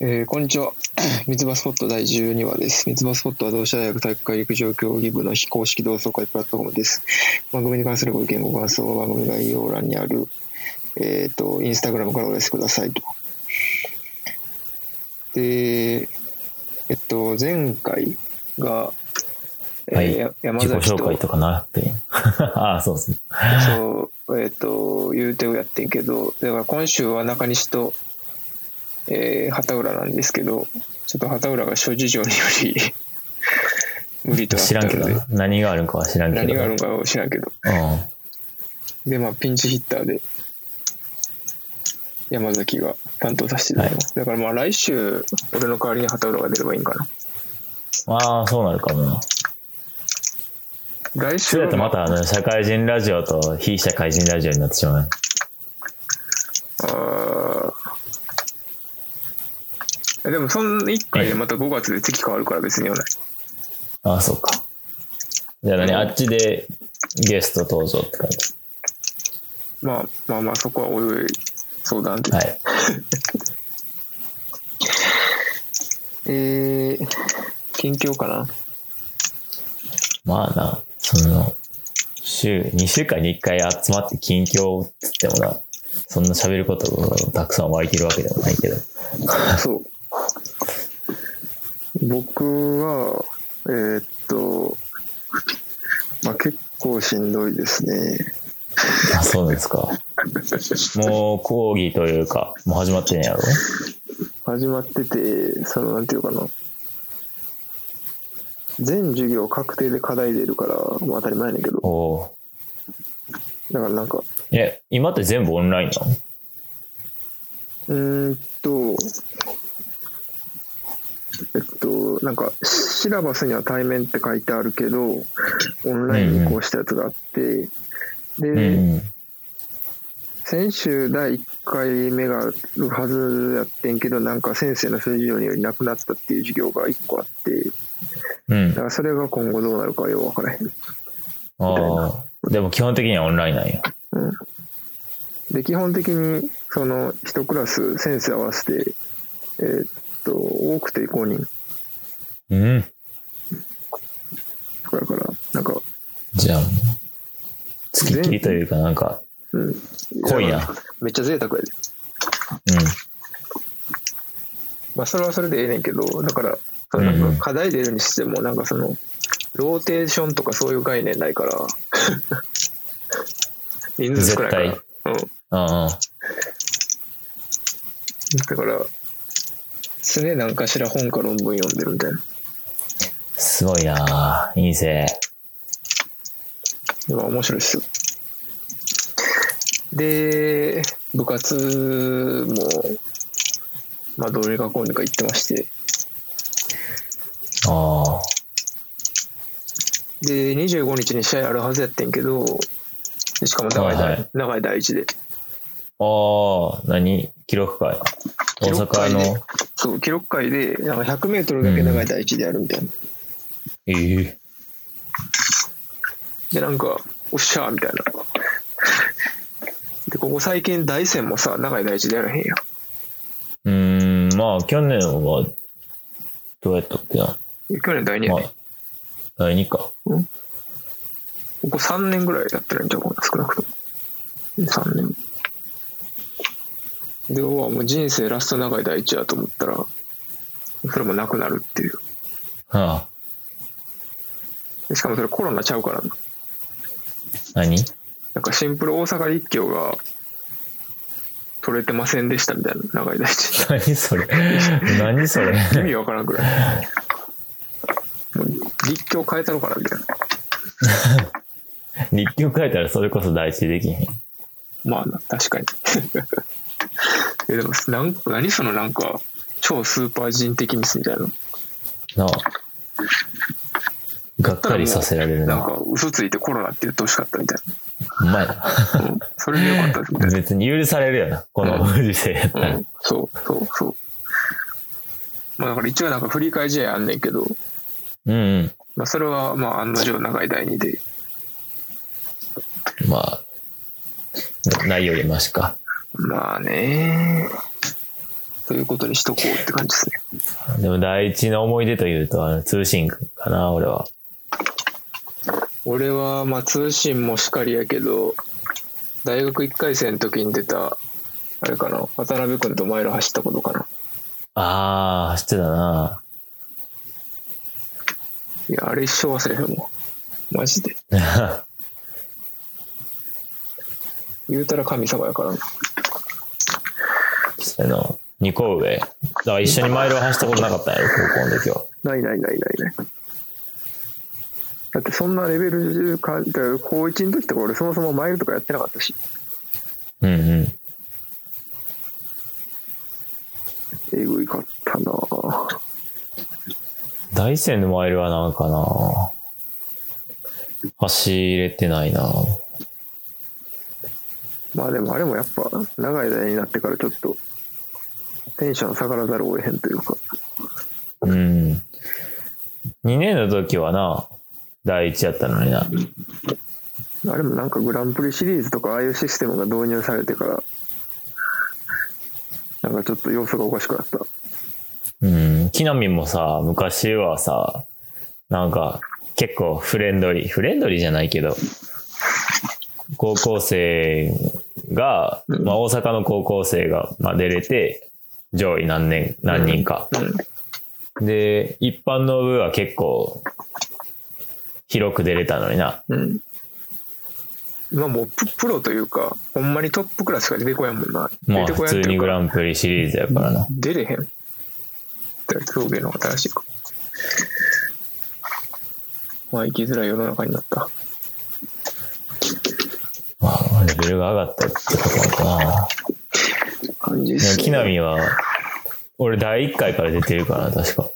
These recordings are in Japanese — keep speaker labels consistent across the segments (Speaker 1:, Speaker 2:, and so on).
Speaker 1: えーこんにちは。 三つ葉スポット第12話です。三つ葉スポットは同志社大学体育会陸上競技部の非公式同窓会プラットフォームです。番組に関するご意見、ご感想は番組概要欄にある、えっ、と、インスタグラムからお寄せくださいと。で、えっと、前回が、えー
Speaker 2: はい
Speaker 1: や山
Speaker 2: 自己
Speaker 1: 崎
Speaker 2: 紹
Speaker 1: と
Speaker 2: 介とかなくて。 ああ、そうですね。
Speaker 1: そう、えっ、と、言うてをやってんけど、だから今週は中西と、えー、畑浦なんですけど、ちょっと畑浦が諸事情により、 無理となっ
Speaker 2: 知らん
Speaker 1: た
Speaker 2: け
Speaker 1: の
Speaker 2: ど
Speaker 1: で、
Speaker 2: な、何があるかは知らんけど。
Speaker 1: 何があるのかは知らんけど、で、まあ、ピンチヒッターで、山崎が担当させていただきます。だからまあ、来週、俺の代わりに畑浦が出ればいいんかな。
Speaker 2: うん。ああ、そうなるかもな。
Speaker 1: 来
Speaker 2: そ
Speaker 1: 週
Speaker 2: れ
Speaker 1: は
Speaker 2: だとまた、あの、社会人ラジオと非社会人ラジオになってしまう。
Speaker 1: あーでも、その1回でまた5月で時期変わるから別にはない。
Speaker 2: ああ、そうか。じゃあ何、
Speaker 1: うん
Speaker 2: あっちでゲスト登場って感じ。
Speaker 1: まあまあまあそこはおいおい相談で、
Speaker 2: はい。
Speaker 1: えー、近況かな
Speaker 2: まあな、その、週、2週間に1回集まって近況っつってもな、そんな喋ることがたくさん湧いてるわけでもないけど。
Speaker 1: そう僕はえーっとまあ結構しんどいですね
Speaker 2: あ、そうなんですか。もう講義というか、もう始まってんやろ
Speaker 1: 始まっててそのなんていうかな全授業確定で課題出るから、まあ、当たり前やねんけど
Speaker 2: おお
Speaker 1: だからなんか
Speaker 2: ー。え、今って全部オンラインなの
Speaker 1: うーんと、えっと、なんか、シラバスには対面って書いてあるけど、オンラインにこうしたやつがあって、
Speaker 2: うん
Speaker 1: で、
Speaker 2: うん。
Speaker 1: 先週第1回目があるはずやってんけど、なんか先生の数字上によりなくなったっていう授業が1個あって、
Speaker 2: うん
Speaker 1: だからそれが今後どうなるかはようわからへん。
Speaker 2: ああ。でも基本的にはオンラインなんや。
Speaker 1: で、基本的に、その、1クラス、先生合わせて、えっと、多くて5人
Speaker 2: うん。
Speaker 1: とかだから、なんか、
Speaker 2: じゃあ、つきっきりというかなんか、
Speaker 1: うん。
Speaker 2: 濃いな。
Speaker 1: めっちゃ贅沢やで。まあ、それはそれでええねんけど、だから、その
Speaker 2: う
Speaker 1: なんんか課題出るにしても、なんかその、ローテーションとかそういう概念ないから、 人数少ないから。
Speaker 2: 絶
Speaker 1: うん。
Speaker 2: うん。ああ。
Speaker 1: だから、常なんかしら本か論文読んでるみたいな。
Speaker 2: すごいなぁ。いいぜ。
Speaker 1: でも面白いっすよ。で、部活も、まあ、どれがこうにか行ってまして、
Speaker 2: ああ。
Speaker 1: で、25日に試合あるはずやってんけど、でしかも長い,、
Speaker 2: はいはい
Speaker 1: 長い第一で。
Speaker 2: ああ、何記録会。大
Speaker 1: 記録会
Speaker 2: 阪
Speaker 1: ね
Speaker 2: の。
Speaker 1: そう、記録会で、なんか100メートルだけ長い第一でやるみたいな。
Speaker 2: ええ
Speaker 1: で、なんか、おっしゃーみたいな。で、ここ最近大戦もさ、長い第一でやらへんやん。
Speaker 2: うーん、まあ、去年は、どうやったっけな。
Speaker 1: で去年第2や
Speaker 2: ま
Speaker 1: ね、
Speaker 2: あ、第2か。
Speaker 1: ここ3年ぐらいやってるんちゃうかな、少なくとも。3年。で、うわもう人生ラスト長い第一やと思ったら、それもなくなるっていう。
Speaker 2: はあ、
Speaker 1: でしかもそれコロナちゃうからな。
Speaker 2: 何
Speaker 1: なんかシンプル大阪立教が取れてませんでしたみたいな長い大地
Speaker 2: 何それ何それ
Speaker 1: 意味わからんくらいもう立教変えたのかなみたいな
Speaker 2: 立教書いたらそれこそ第一できへん。
Speaker 1: まあな確かに えでもなん何そのなんか超スーパー人的ミスみたいな
Speaker 2: なあ。がっかりさせられる
Speaker 1: なん
Speaker 2: な。
Speaker 1: か嘘ついてコロナって言ってほしかったみたい
Speaker 2: お前な。
Speaker 1: な、うん、それでよかったですみたいな
Speaker 2: 別に許されるよな。このご時世やった
Speaker 1: う
Speaker 2: ら
Speaker 1: ん。、そうそうそうまあだから一応なんか振り替え試合あんねんけど
Speaker 2: うんうん。
Speaker 1: まあ、それは、まあ、案の定長い第二で、
Speaker 2: まあ、なないよりマシか。
Speaker 1: まあね、ということにしとこうって感じですね。
Speaker 2: でも第一の思い出というと、あの、通信かな、俺は。
Speaker 1: 俺は、まあ、通信もしかりやけど、大学1回生の時に出た、あれかな、渡辺君とマイル走ったことかな。
Speaker 2: ああ、走ってたな。
Speaker 1: いや、あれ一生忘れへんもん。マジで。言うたら神様やからな。
Speaker 2: あの、2個上。だから一緒にマイルを走ったことなかったんやろ、高校の時は。
Speaker 1: ないないないないない。だってそんなレベル10か、だから高1の時とか俺そもそもマイルとかやってなかったし、
Speaker 2: うんうん。
Speaker 1: えぐいかったなぁ
Speaker 2: 大山のマイルはなんかな走れてないな
Speaker 1: まあでもあれもやっぱ長い間になってからちょっとテンション下がらざるを得へんというか、
Speaker 2: うん。2年の時はな、第一やったのにな。
Speaker 1: あれもなんかグランプリシリーズとかああいうシステムが導入されてから、なんかちょっと様子がおかしくなった。
Speaker 2: うん。木並もさ、昔はさ、なんか、結構フレンドリー。フレンドリーじゃないけど、高校生が、
Speaker 1: うん
Speaker 2: まあ大阪の高校生が、まあ、出れて、上位何年、何人か。
Speaker 1: うん。
Speaker 2: で、一般の部は結構、広く出れたのにな。
Speaker 1: うん。今もうププロというか、ほんまにトップクラスが出てこやんもんな。
Speaker 2: まあ、
Speaker 1: 出てこ
Speaker 2: 普
Speaker 1: やん
Speaker 2: 通
Speaker 1: ってい
Speaker 2: に
Speaker 1: うか
Speaker 2: グランプリシリーズやからな。
Speaker 1: 出れへん。だから表現の方が正しいか。まあ、生きづらい世の中になった。
Speaker 2: まあ、レベルが上がったってことなのかな。
Speaker 1: 感じで、
Speaker 2: ですも、
Speaker 1: ね。
Speaker 2: 木並は、俺第1回から出てるからな、確か。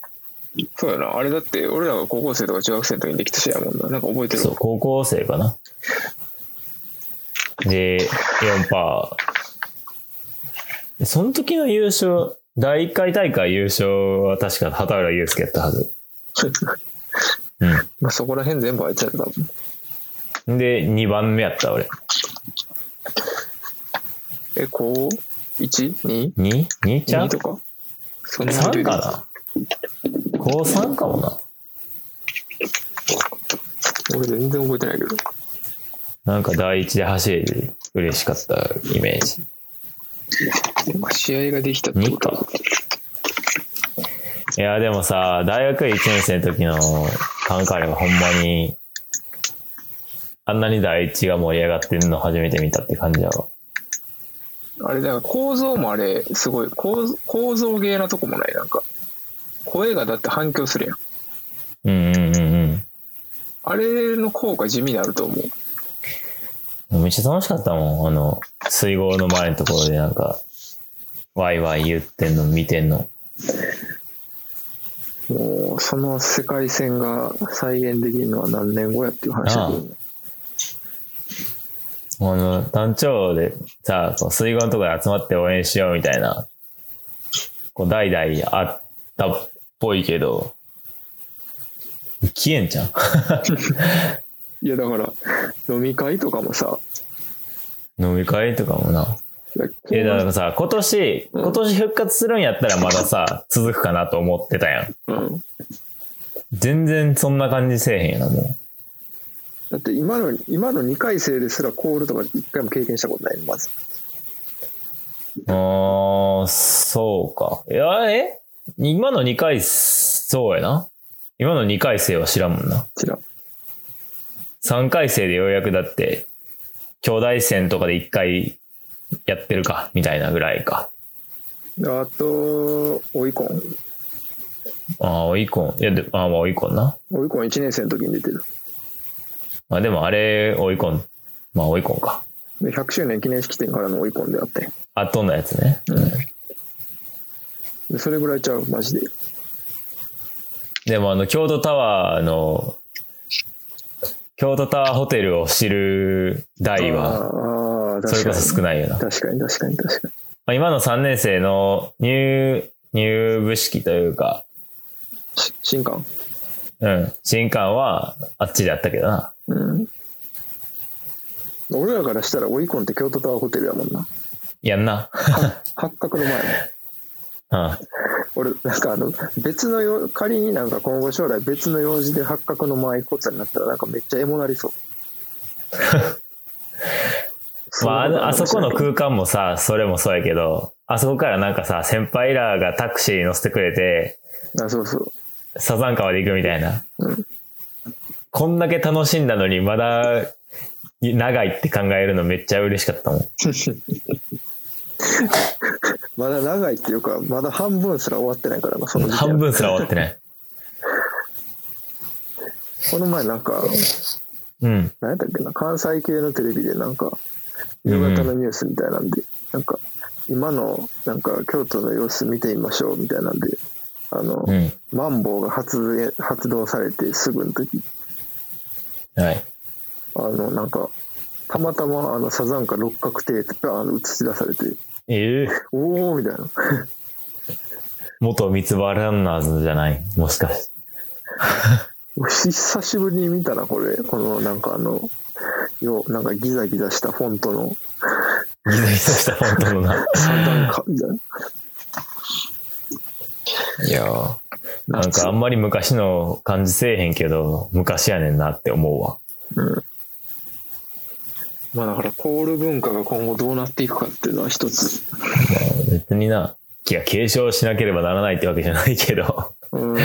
Speaker 1: そうやな。あれだって、俺らが高校生とか中学生の時にできた試合やもんな。なんか覚えてる
Speaker 2: そう、高校生かな。で、4パー。でその時の優勝、第1回大会優勝は確か畑浦祐介やったはず。う
Speaker 1: まあ、そこら辺全部あいつやったもん。
Speaker 2: ん。で、2番目やった、俺。
Speaker 1: え、こう ?1?2?2
Speaker 2: 2?2 ちゃう
Speaker 1: とかそんな
Speaker 2: 3かな高3かもな。
Speaker 1: 俺全然覚えてないけど。
Speaker 2: なんか第一で走れて嬉しかったイメージ。
Speaker 1: なんか試合ができたって
Speaker 2: 2
Speaker 1: こと
Speaker 2: か。いや、でもさ、大学1年生の時の感覚あればほんまに、あんなに第一が盛り上がってるの初めて見たって感じやわ。
Speaker 1: あれだから構造もあれすごい構造構造芸なとこもないなんか声がだって反響するやん
Speaker 2: うんうんうん
Speaker 1: あれの効果地味になると思う
Speaker 2: うん。めっちゃ楽しかったもん。あの、水郷の前のところでなんか、ワイワイ言ってんの見てんの。
Speaker 1: もうその世界線が再現できるのは何年後やっていう話だけど
Speaker 2: あの、団長でさ、こう水郷のところで集まって応援しようみたいな、こう、代々あったっぽいけど、消えんじゃん。
Speaker 1: いやだから飲み会とかもさ
Speaker 2: 飲み会とかもな。え、だからさ、今年、
Speaker 1: うん
Speaker 2: 今年復活するんやったらまださ、続くかなと思ってたやん。
Speaker 1: うん、
Speaker 2: 全然そんな感じせえへんやな、も
Speaker 1: だって今の今の2回生ですらコールとか1回も経験したことないのまず
Speaker 2: う。あー、そうか。いや、え今の2回、そうやな。今の2回生は知らんもんな。
Speaker 1: ちら
Speaker 2: 3回生でようやくだって、兄弟戦とかで1回やってるか、みたいなぐらいか。
Speaker 1: あとオイコン
Speaker 2: ああ、追い込ん。いや、でああ、まあ追い込んな。
Speaker 1: オイコン1年生の時に出てる
Speaker 2: まあでもあれ、追い込ん。まあ追い込んか。
Speaker 1: で100周年記念式典からのオイコンであって
Speaker 2: 後のやつね。
Speaker 1: でそれぐらいちゃうマジで
Speaker 2: でもあの、京都タワーの、京都タワーホテルを知る代は、
Speaker 1: ああー、
Speaker 2: それ
Speaker 1: 確かに。
Speaker 2: こそ少ないよな。ま
Speaker 1: 確かに、確かに、確か
Speaker 2: あ、今の3年生の入、入部式というか、
Speaker 1: に。し新刊
Speaker 2: うん、新刊はあっちであったけどな。
Speaker 1: うん。俺らからしたら、オイコンって京都タワーホテルやもんな。
Speaker 2: やんな。
Speaker 1: 八角の前や
Speaker 2: うん。
Speaker 1: 俺、なんかあの、別のよ、仮になんか今後将来別の用事で八角の間行くことになったら、なんかめっちゃエモなりそう。
Speaker 2: まああの、あそこの
Speaker 1: 空
Speaker 2: 空間もさ、それもそうやけど、あそこからなんかさ、先輩らがタクシーに乗せてくれて、
Speaker 1: あ、そうそう。
Speaker 2: サザン川で行くみたいな。
Speaker 1: うん
Speaker 2: こんだけ楽しんだのに、まだ長いって考えるのめっちゃ嬉しかったも ん。
Speaker 1: まだ長いっていうか、まだ半分すら終わってないからな、その時期は
Speaker 2: 半分すら終わってない。
Speaker 1: この前なんか、
Speaker 2: うん。
Speaker 1: 何やったっけな、関西系のテレビでなんか、夕方のニュースみたいなんで、なんか、今の、なんか、京都の様子見てみましょうみたいなんで、あの、
Speaker 2: うん。
Speaker 1: マンボウが発電発動されてすぐの時、
Speaker 2: はい。
Speaker 1: あの、なんか、たまたま、あの、サザンカ六角亭とか、あの、映し出されて、
Speaker 2: ええ
Speaker 1: おーみたいな。
Speaker 2: 元三つ葉ランナーズじゃないもしかして。
Speaker 1: 久しぶりに見たな、これ。この、なんかあの、よう、なんかギザギザしたフォントの、
Speaker 2: ギザギザした本当のな。
Speaker 1: サザンカみたいな。
Speaker 2: いやーなんかあんまり昔の感じせえへんけど、昔やねんなって思うわ。
Speaker 1: まあだから、コール文化が今後どうなっていくかっていうのは一つ。
Speaker 2: 別にな、いや、継承しなければならないってわけじゃないけど、
Speaker 1: うん。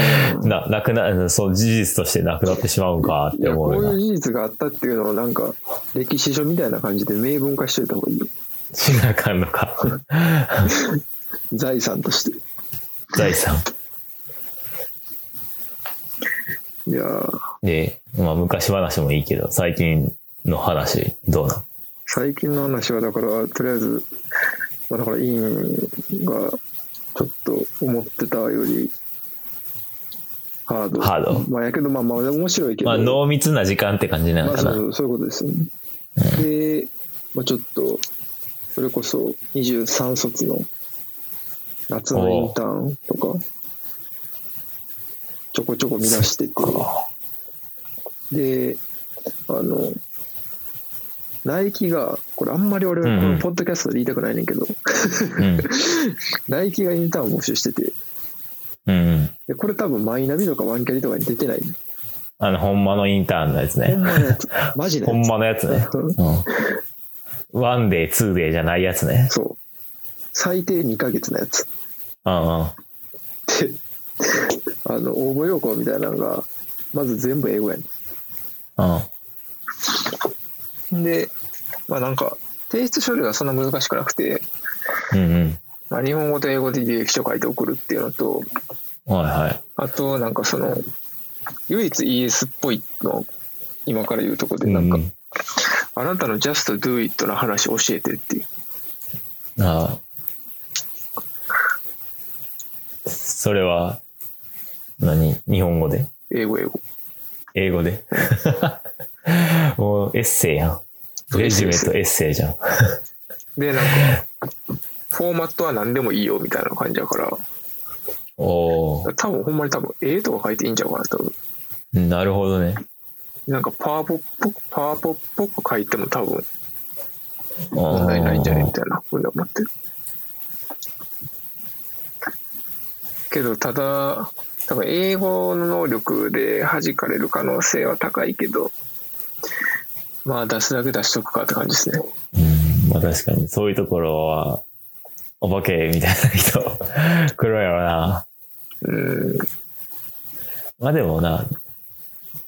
Speaker 2: な、なくな、そう、事実としてなくなってしまうんかっ
Speaker 1: い
Speaker 2: て
Speaker 1: や、
Speaker 2: 思
Speaker 1: こ
Speaker 2: う
Speaker 1: うい
Speaker 2: よ
Speaker 1: う
Speaker 2: な。
Speaker 1: 事実があったっていうのを、なんか、歴史書みたいな感じで明文化しておいた方がいいよ。
Speaker 2: しなあかんの か。
Speaker 1: 財産として。
Speaker 2: 財産。
Speaker 1: いやー
Speaker 2: で、まあ、昔話もいいけど、最近の話、どうなん
Speaker 1: 最近の話はだからとりあえず、まあ、だから委員がちょっと思ってたよりハード
Speaker 2: ハード
Speaker 1: まあやけどまあまあ面白いけど
Speaker 2: まあ、濃密な時間って感じな
Speaker 1: ま
Speaker 2: の
Speaker 1: あ
Speaker 2: か
Speaker 1: そう
Speaker 2: な
Speaker 1: そ。うそういうことですよね、で、まあ、ちょっとそれこそ23卒の夏のインターンとかちょこちょこ見出しててで、あの、ナイキが、これあんまり俺、こ
Speaker 2: うんうん
Speaker 1: のポッドキャストで言いたくないねんけど、
Speaker 2: うん。
Speaker 1: ナイキがインターンを募集してて、
Speaker 2: うんうん。
Speaker 1: でこれ多分マイナビとかワンキャリとかに出てない。
Speaker 2: あの、ほんまのインターンのやつ
Speaker 1: ほん
Speaker 2: ね。
Speaker 1: まのやつ。マジの
Speaker 2: ほん
Speaker 1: や
Speaker 2: まのやつね。
Speaker 1: つ。うん
Speaker 2: うん。ワンデー、ツーデーじゃないやつね。
Speaker 1: そう。最低2ヶ月のやつ。
Speaker 2: うんうん。
Speaker 1: で、 あの、応募要項みたいなのが、まず全部英語やね
Speaker 2: うん。
Speaker 1: ん。で、まあなんか、提出書類はそんな難しくなくて、
Speaker 2: うんうん。
Speaker 1: まあ、日本語と英語で履歴書書いて送るっていうのと、
Speaker 2: はいはい。
Speaker 1: あと、なんかその、唯一 ES っぽいの、今から言うとこで、なんか、
Speaker 2: うん
Speaker 1: あなたの just do it の話教えてっていう。
Speaker 2: ああ。それは、何日本語で
Speaker 1: 英語、英語。
Speaker 2: 英語で もうエッセイやん。レジュメとエッセイじゃん。
Speaker 1: で、なんか、フォーマットは何でもいいよみたいな感じだから、
Speaker 2: おお
Speaker 1: 多分ほんまに多分、英とか書いていいんちゃうかな、多分。
Speaker 2: なるほどね。
Speaker 1: なんか、パワポっぽく、パワポっぽく書いても多分、問題ないんじゃねみ
Speaker 2: あ
Speaker 1: たいなふうに思ってる。けど、ただ、多分英語の能力で弾かれる可能性は高いけど、まあ出すだけ出しとくかって感じですね。
Speaker 2: ーうんまあ確かに、そういうところは、お化けみたいな人、 来るやろな。
Speaker 1: うん、
Speaker 2: まあでもな、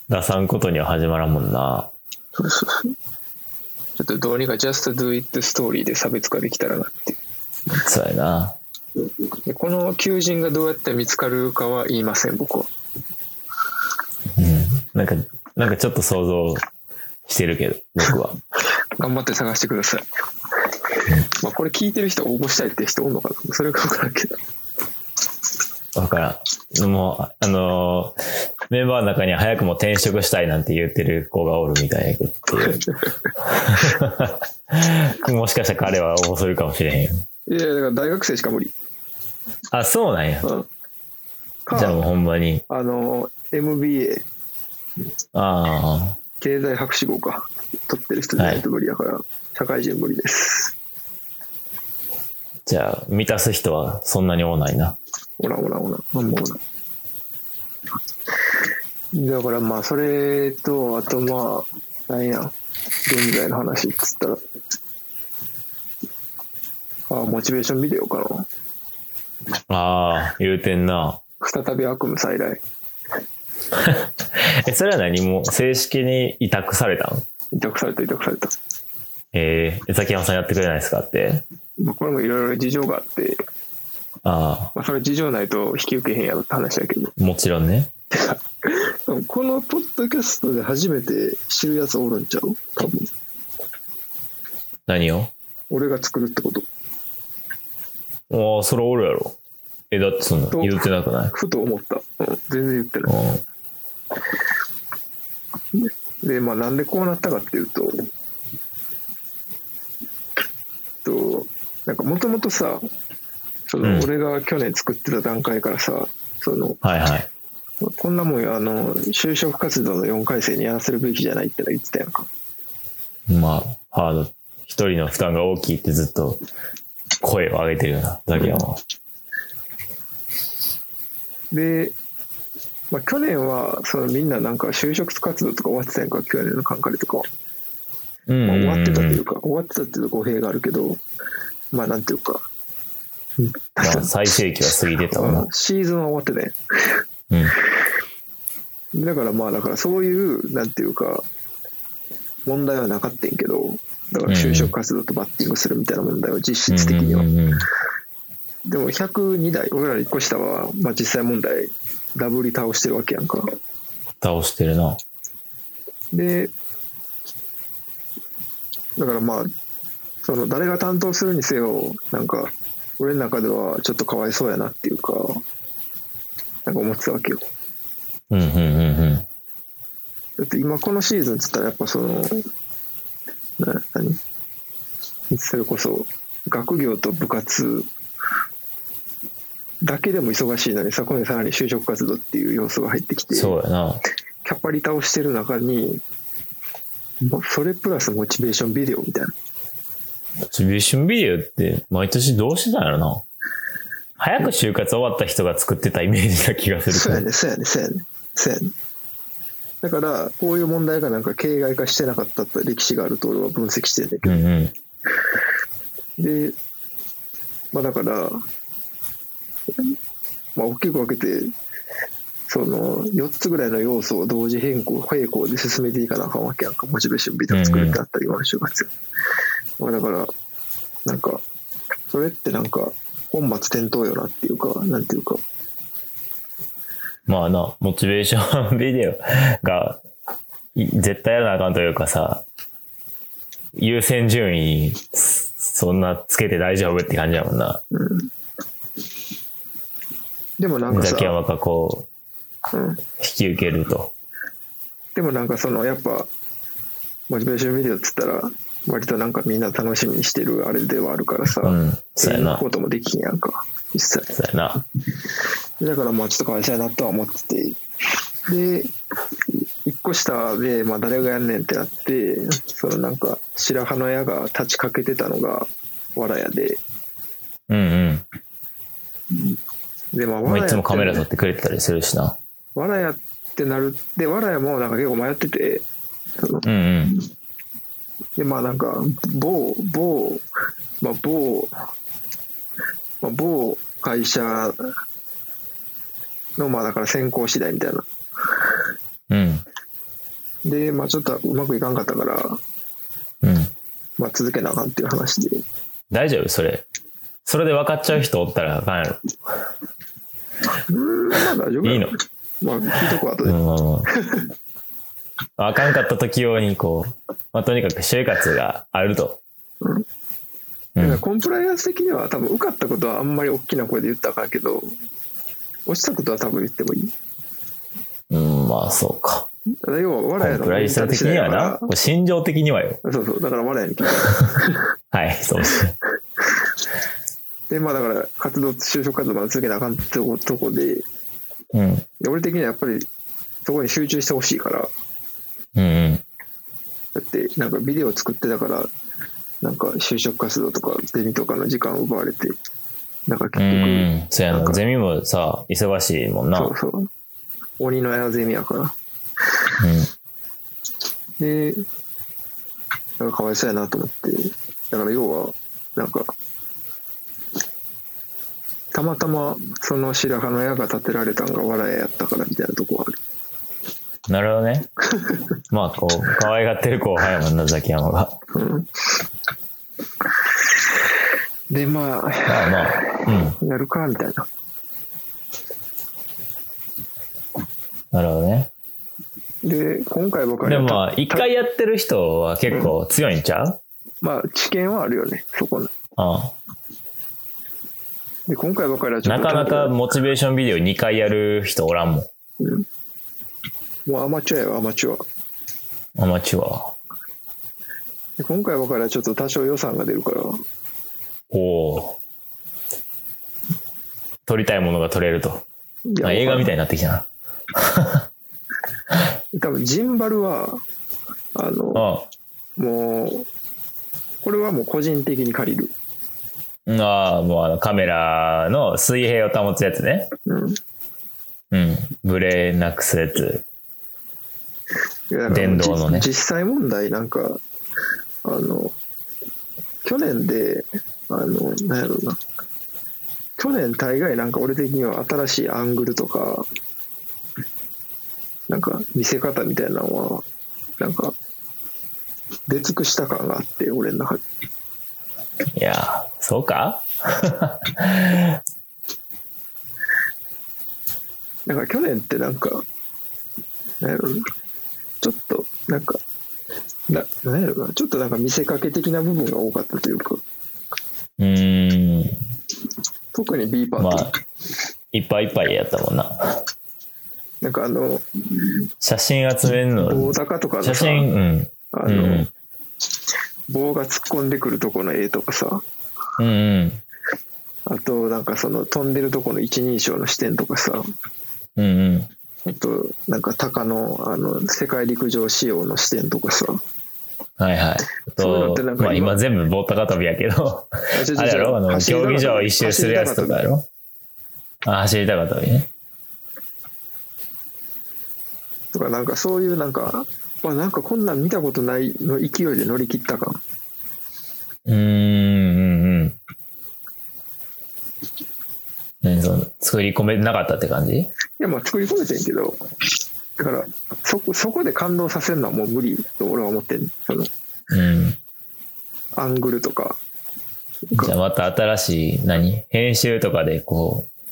Speaker 2: 出さんことには始まらんもんな。
Speaker 1: そうそうそう。ちょっとどうにか Just Do It ストーリーで差別化できたらなっていう
Speaker 2: そうやな。
Speaker 1: でこの求人がどうやって見つかるかは言いません、僕は。
Speaker 2: なんか、なんかちょっと想像してるけど、僕は。
Speaker 1: 頑張って探してください。まあこれ聞いてる人応募したいって人おんのかなそれか分からんけど。
Speaker 2: わからん。もう、あのーメンバーの中には早くも転職したいなんて言ってる子がおるみたいやけどっていう。 もしかしたら彼は応募するかもしれへんよ。
Speaker 1: いやいや、だから大学生しか無理。
Speaker 2: あ、そうなんや。
Speaker 1: うん。
Speaker 2: じゃあもう
Speaker 1: か、
Speaker 2: ほんまに。
Speaker 1: あの、MBA、
Speaker 2: あ
Speaker 1: 経済博士号か、取ってる人じゃないと無理だから、社会人無理です。
Speaker 2: あ、じゃあ、満たす人はそんなに多ないな。
Speaker 1: おらんおらんおらん。あんまおらん。だからまあ、それと、あとまあ、なんや、現在の話っつったら、ああ、モチベーションビデオかな。
Speaker 2: ああ、言うてんな。
Speaker 1: 再び悪夢再来。
Speaker 2: え、それは何も正式に委託されたん
Speaker 1: 委託された、委託された。
Speaker 2: えー、江崎山さんやってくれないですかって。
Speaker 1: まあ、これもいろいろ事情があって、
Speaker 2: あ
Speaker 1: まあ、それ事情ないと引き受けへんやろって話だけど、
Speaker 2: あ、もちろんね。
Speaker 1: このポッドキャストで初めて知るやつおるんちゃう多分。
Speaker 2: 何を
Speaker 1: 俺が作るってこと。
Speaker 2: ああ、それおるやろ。え、だってそんな
Speaker 1: そう
Speaker 2: 言ってなくない
Speaker 1: ふと思った。うん、全然言ってない。
Speaker 2: う
Speaker 1: で、まあ、なんでこうなったかっていうと、となんかもともとさ、そうの
Speaker 2: ん
Speaker 1: 俺が去年作ってた段階からさ、その
Speaker 2: ん。はいはい。
Speaker 1: こんなもんあの就職活動の4回生にやらせるべきじゃないってのは言ってたやんか。
Speaker 2: まあ、ハード。一人の負担が大きいってずっと声を上げてるよな、ザキヤマは。
Speaker 1: で、まあ、去年はそのみんななんか就職活動とか終わってたやんか、去年のカンカレとかは。
Speaker 2: うん
Speaker 1: まあ、
Speaker 2: うん
Speaker 1: 終わってたといううか、終わってたっていうと語弊があるけど、まあなんていうか、
Speaker 2: んまあ、最盛期は過ぎてたわな。
Speaker 1: シーズンは終わってたやん。
Speaker 2: うん。
Speaker 1: だからまあだからそういうなんていうか問題はなかったんけどだから就職活動とバッティングするみたいな問題は実質的には、
Speaker 2: うんうんうんうん
Speaker 1: でも102台俺らの1個下は、まあ、実際問題ダブり倒してるわけやんか
Speaker 2: 倒してるな。
Speaker 1: でだからまあその誰が担当するにせよなんか俺の中ではちょっとかわいそうやなっていうかなんか思ってたわけよ
Speaker 2: うんうんうん
Speaker 1: だって今このシーズンっつったらやっぱその、な何それこそ学業と部活だけでも忙しいのにそこにさらに就職活動っていう要素が入ってき
Speaker 2: う
Speaker 1: て
Speaker 2: ん。そうやな。
Speaker 1: キャパリ倒してる中にもうそれプラスモチベーションビデオみたいな
Speaker 2: モチベーションビデオって毎年どうしてたんやろな。早く就活終わった人が作ってたイメージな気がする
Speaker 1: そう
Speaker 2: け
Speaker 1: や
Speaker 2: ど。
Speaker 1: ねそうやねそうやねそうやねだからこういう問題がなんか形骸化してなかったって歴史があると俺は分析してんだけど
Speaker 2: うんうん。
Speaker 1: で、まあだから、まあ大きく分けて、その4つぐらいの要素を同時変更、並行で進めていかなあかんわけやんか、モチベーションビデオ作るってあったり、今の就活。まあだから、なんか、それってなんか、本末転倒よなっていうか、なんていうか、
Speaker 2: まあな、モチベーションビデオがい絶対やらなあかんというかさ、優先順位、そそんなつけて大丈夫って感じだもんな。
Speaker 1: うん。でもなんかさ
Speaker 2: ザ、キヤマがこ
Speaker 1: うん、
Speaker 2: う、引き受けると。
Speaker 1: でもなんかそのやっぱモチベーションビデオっつったら割となんかみんな楽しみにしてるあれではあるからさ、
Speaker 2: うん。
Speaker 1: そ
Speaker 2: そううや
Speaker 1: いう
Speaker 2: な
Speaker 1: こ。ともできひんやんか一切
Speaker 2: そうやな。
Speaker 1: だからまあちょっとかわいそうやなとは思っててで一個下で、まあ、誰がやんねんってなってそのなんか白羽の矢が立ちかけてたのがわらやで
Speaker 2: うんうん。
Speaker 1: でまあ
Speaker 2: ま
Speaker 1: わ
Speaker 2: あ、
Speaker 1: ら
Speaker 2: い
Speaker 1: や
Speaker 2: つもカメラ
Speaker 1: って
Speaker 2: 撮ってくれてたりするしな。
Speaker 1: わらやってなるでわらやもなんか結構迷っててその
Speaker 2: うんうん。
Speaker 1: でまあなんか某某まあ某、まあ、某会社のまあだから選考次第みたいな
Speaker 2: うん。
Speaker 1: でまあちょっとうまくいかんかったから、
Speaker 2: うん。
Speaker 1: まあ、続けなあかんっていう話で
Speaker 2: 大丈夫それ。それで分かっちゃう人おったらあかんやろ。
Speaker 1: うーんまあ大丈夫や
Speaker 2: いいの
Speaker 1: まあ聞いとこう後
Speaker 2: う
Speaker 1: で、
Speaker 2: ん、まあまあ。あかんかった時用に、こう、まあ、とにかく就活があると。
Speaker 1: うん
Speaker 2: う
Speaker 1: だから
Speaker 2: ん。
Speaker 1: コンプライアンス的には多分受かったことはあんまり大きな声で言ったらあかんけど落ちたことは多分言ってもいい
Speaker 2: うん、まあ、そうか。
Speaker 1: ただ要は
Speaker 2: コ
Speaker 1: 我ら
Speaker 2: ン
Speaker 1: やの
Speaker 2: プライアンス的には
Speaker 1: メンタル
Speaker 2: な、
Speaker 1: 次
Speaker 2: こう心情的にはよ。
Speaker 1: 第だからそうそうだから我らやに聞いた
Speaker 2: はい、そうですね。
Speaker 1: でまあだから活動就職活動まで続けなあかんってとこで
Speaker 2: うん。
Speaker 1: で俺的にはやっぱりそこに集中してほしいから
Speaker 2: うんうん。
Speaker 1: だってなんかビデオ作ってたからなんか就職活動とかゼミとかの時間を奪われて、なんか
Speaker 2: う
Speaker 1: 結局、
Speaker 2: ん。そうや
Speaker 1: なん
Speaker 2: な。
Speaker 1: か
Speaker 2: ゼミもさ、忙しいもんな。
Speaker 1: そうそう。鬼の矢ゼミやから。で、なんかかわいそうやなと思って、だから要は、なんか、たまたまその白羽の矢が立てられたんが笑いやったからみたいなとこはある。
Speaker 2: うん。なるほど ね。まあ、こう、可愛がってる後輩やもんな、ザキヤマが。
Speaker 1: うん、で、まあ、
Speaker 2: まあまあ、うん。
Speaker 1: やるかみたいな。
Speaker 2: なるほどね。
Speaker 1: で、今回ばかり
Speaker 2: で
Speaker 1: は
Speaker 2: もまあ、一回やってる人は結構強いんちゃう
Speaker 1: まあ、知見はあるよね、そこの。
Speaker 2: うん。
Speaker 1: で、今回ばかりはちょっ
Speaker 2: な
Speaker 1: と。
Speaker 2: かなかモチベーションビデオ2回やる人おらんもん。
Speaker 1: うんもうアマチュアよ、アマチュア。
Speaker 2: アマチュア。
Speaker 1: で今回ばかりはちょっと多少予算が出るから、
Speaker 2: おお。撮りたいものが撮れると。
Speaker 1: い
Speaker 2: あ映画みた
Speaker 1: い
Speaker 2: いになってきたな。
Speaker 1: な。多分ジンバルは、あの、
Speaker 2: あ
Speaker 1: もう、これはもう個人的に借りる。
Speaker 2: ああ、もうあのカメラの水平を保つやつね。
Speaker 1: うん。い
Speaker 2: うん。ブレなくすやつ。
Speaker 1: やだから
Speaker 2: 電動のね
Speaker 1: じ実際問題、なんか、あの、去年で、あの、なんやろうな。去年大概なんか俺的には新しいアングルとか、なんか見せ方みたいなのは、なんか、出尽くした感があって、俺の中で。
Speaker 2: いやー、そうか
Speaker 1: なんか去年ってなんか、なんやろな、ちょっとなんか、ななんやろな、ちょっとなんか見せかけ的な部分が多かったというか、
Speaker 2: うーん。
Speaker 1: 特にビーパー
Speaker 2: ま
Speaker 1: って、
Speaker 2: あ、いっぱいいっぱいやったもんな。
Speaker 1: なんかあの、
Speaker 2: 写真集めんの
Speaker 1: 棒、高とかのさ
Speaker 2: 写真、うん。
Speaker 1: あ
Speaker 2: う
Speaker 1: の、
Speaker 2: ん。
Speaker 1: 棒が突っ込んでくるとこの絵とかさ、
Speaker 2: うんうん。
Speaker 1: あとなんかその飛んでるとこの一人称の視点とかさ、
Speaker 2: うんうん。
Speaker 1: あとなんか鷹のあの世界陸上仕様の視点とかさ、
Speaker 2: はいはい。
Speaker 1: そういうのっ
Speaker 2: と
Speaker 1: てなん、か
Speaker 2: まあ
Speaker 1: 今
Speaker 2: 今全部棒高跳びやけど、
Speaker 1: あちょちょちょ
Speaker 2: あれやろあの、
Speaker 1: 走り
Speaker 2: 競
Speaker 1: 高跳び
Speaker 2: 技場一周するやつとかやろあ、走り高跳びね。
Speaker 1: とかなんかそういうなんか、あなんかこんなん見たことないの勢いで乗り切った感。
Speaker 2: うーん、うん、うん。何その、作り込めなかったって感じ
Speaker 1: いや、まあ作り込めてんけど、だから、そこ、そこで感動させるのはもう無理と俺は思ってん。その、
Speaker 2: うん。
Speaker 1: アングルとか。
Speaker 2: じゃあまた新しい、何編集とかで、こう、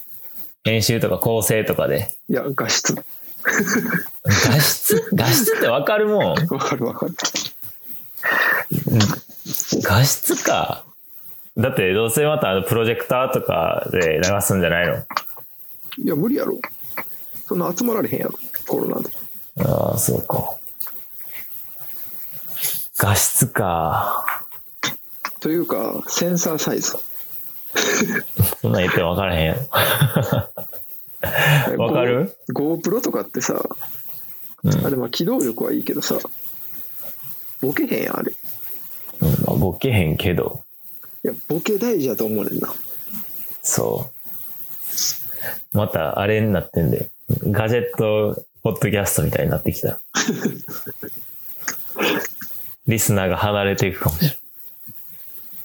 Speaker 2: 編集とか構成とかで。
Speaker 1: いや、画質。
Speaker 2: 画質、 画質ってわかるもん。
Speaker 1: わかるわかる。
Speaker 2: 画質か。だってどうせまたあのプロジェクターとかで流すんじゃないの
Speaker 1: いや、無理やろ。そんな集まられへんやろ。コロナで。
Speaker 2: ああ、そうか。画質か。
Speaker 1: というか、センサーサイ ズ。
Speaker 2: そんなん言っても分からへんやろ。分かる
Speaker 1: Go- ?GoPro とかってさ、
Speaker 2: うん。
Speaker 1: あれまあ機動力はいいけどさ、ボケへんやん、あれ。い
Speaker 2: うんまあボケへんけど、
Speaker 1: や、ボケ大事やと思うねんな。
Speaker 2: そう。またあれになってんで、ガジェット、ポッドキャストみたいになってきた。リスナーが離れていくかもしれない。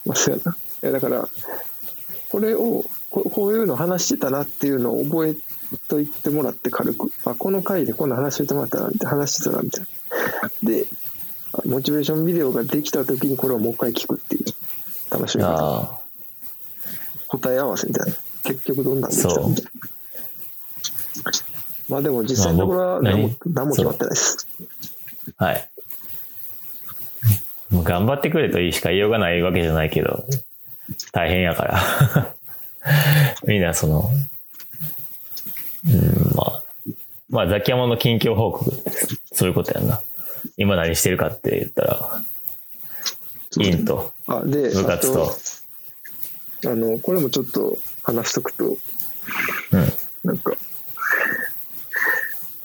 Speaker 1: まあ、そうやな。いやだから、これをこ、こういうの話してたなっていうのを覚えといってもらって軽く、あ、この回でこんな話してもらったなって話してたなみたいな。で、あモチベーションビデオができた時にこれをもう一回聞くっていう楽しみ方。
Speaker 2: あ
Speaker 1: 答え合わせみたいな。結局どんなんできたみたいな。まあでも実際のところは
Speaker 2: まあ
Speaker 1: 何
Speaker 2: 僕
Speaker 1: も何も決まってないです。
Speaker 2: あ、はい。もう頑張ってくれといいしか言いようがないわけじゃないけど、大変やから。 みんなその、うん、まあ、まあ、ザキヤマの近況報告、そういうことやんな。今何してるかって言ったら、インと
Speaker 1: あで、
Speaker 2: 部活と、
Speaker 1: あとあの、これもちょっと話しとくと、
Speaker 2: うん、
Speaker 1: なんか、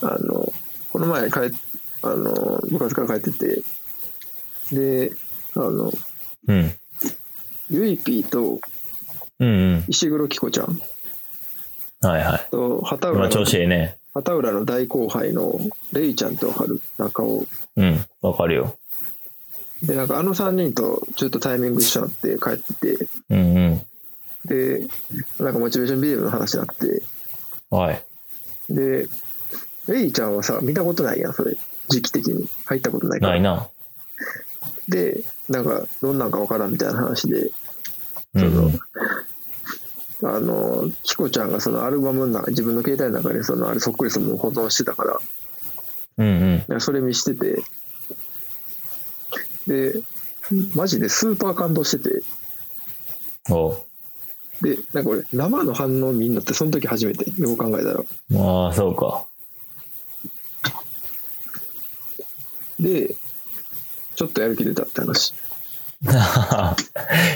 Speaker 1: あの、この前帰っ、あの、部活から帰ってて、で、あの、
Speaker 2: うん。
Speaker 1: ゆいぴーと
Speaker 2: うんうん。
Speaker 1: 石黒希子ちゃん
Speaker 2: はいはい。
Speaker 1: と畑浦
Speaker 2: 今
Speaker 1: の
Speaker 2: 調子いいね。
Speaker 1: 畑浦の大後輩のレイちゃんとわかる中尾
Speaker 2: うん。わかるよ。
Speaker 1: でなんかあの3人とちょっとタイミング一緒になって帰ってて
Speaker 2: うんうん。
Speaker 1: でなんかモチベーションビデオの話になって
Speaker 2: はい。
Speaker 1: でレイちゃんはさ見たことないやんそれ時期的に入ったことないから
Speaker 2: ないな。
Speaker 1: でなんかどんなんかわからんみたいな話で
Speaker 2: うん
Speaker 1: そ
Speaker 2: う
Speaker 1: の
Speaker 2: ん。
Speaker 1: あのキコちゃんがそのアルバムの中自分の携帯の中でそのあれそっくりその保存してたから
Speaker 2: うんうん。
Speaker 1: いやそれ見しててでマジでスーパー感動してて
Speaker 2: おう
Speaker 1: でなんか俺生の反応見んのってその時初めてよく考えたら
Speaker 2: ああ、そうか。
Speaker 1: でちょっとやる気出たって話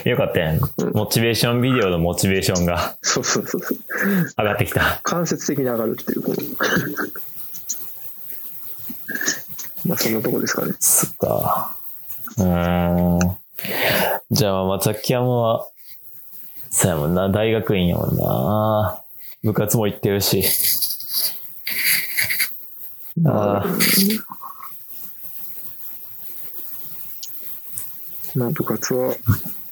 Speaker 2: よかったやん。モチベーションビデオのモチベーションが
Speaker 1: そうそうそうそう
Speaker 2: 上がってきた。
Speaker 1: 間接的に上がるっていう このまあそんなとこですかね
Speaker 2: そっか。うーん。じゃあ、松崎山は、そうやもんな。大学院やもんな。部活も行ってるし。ああ、
Speaker 1: まあ部活は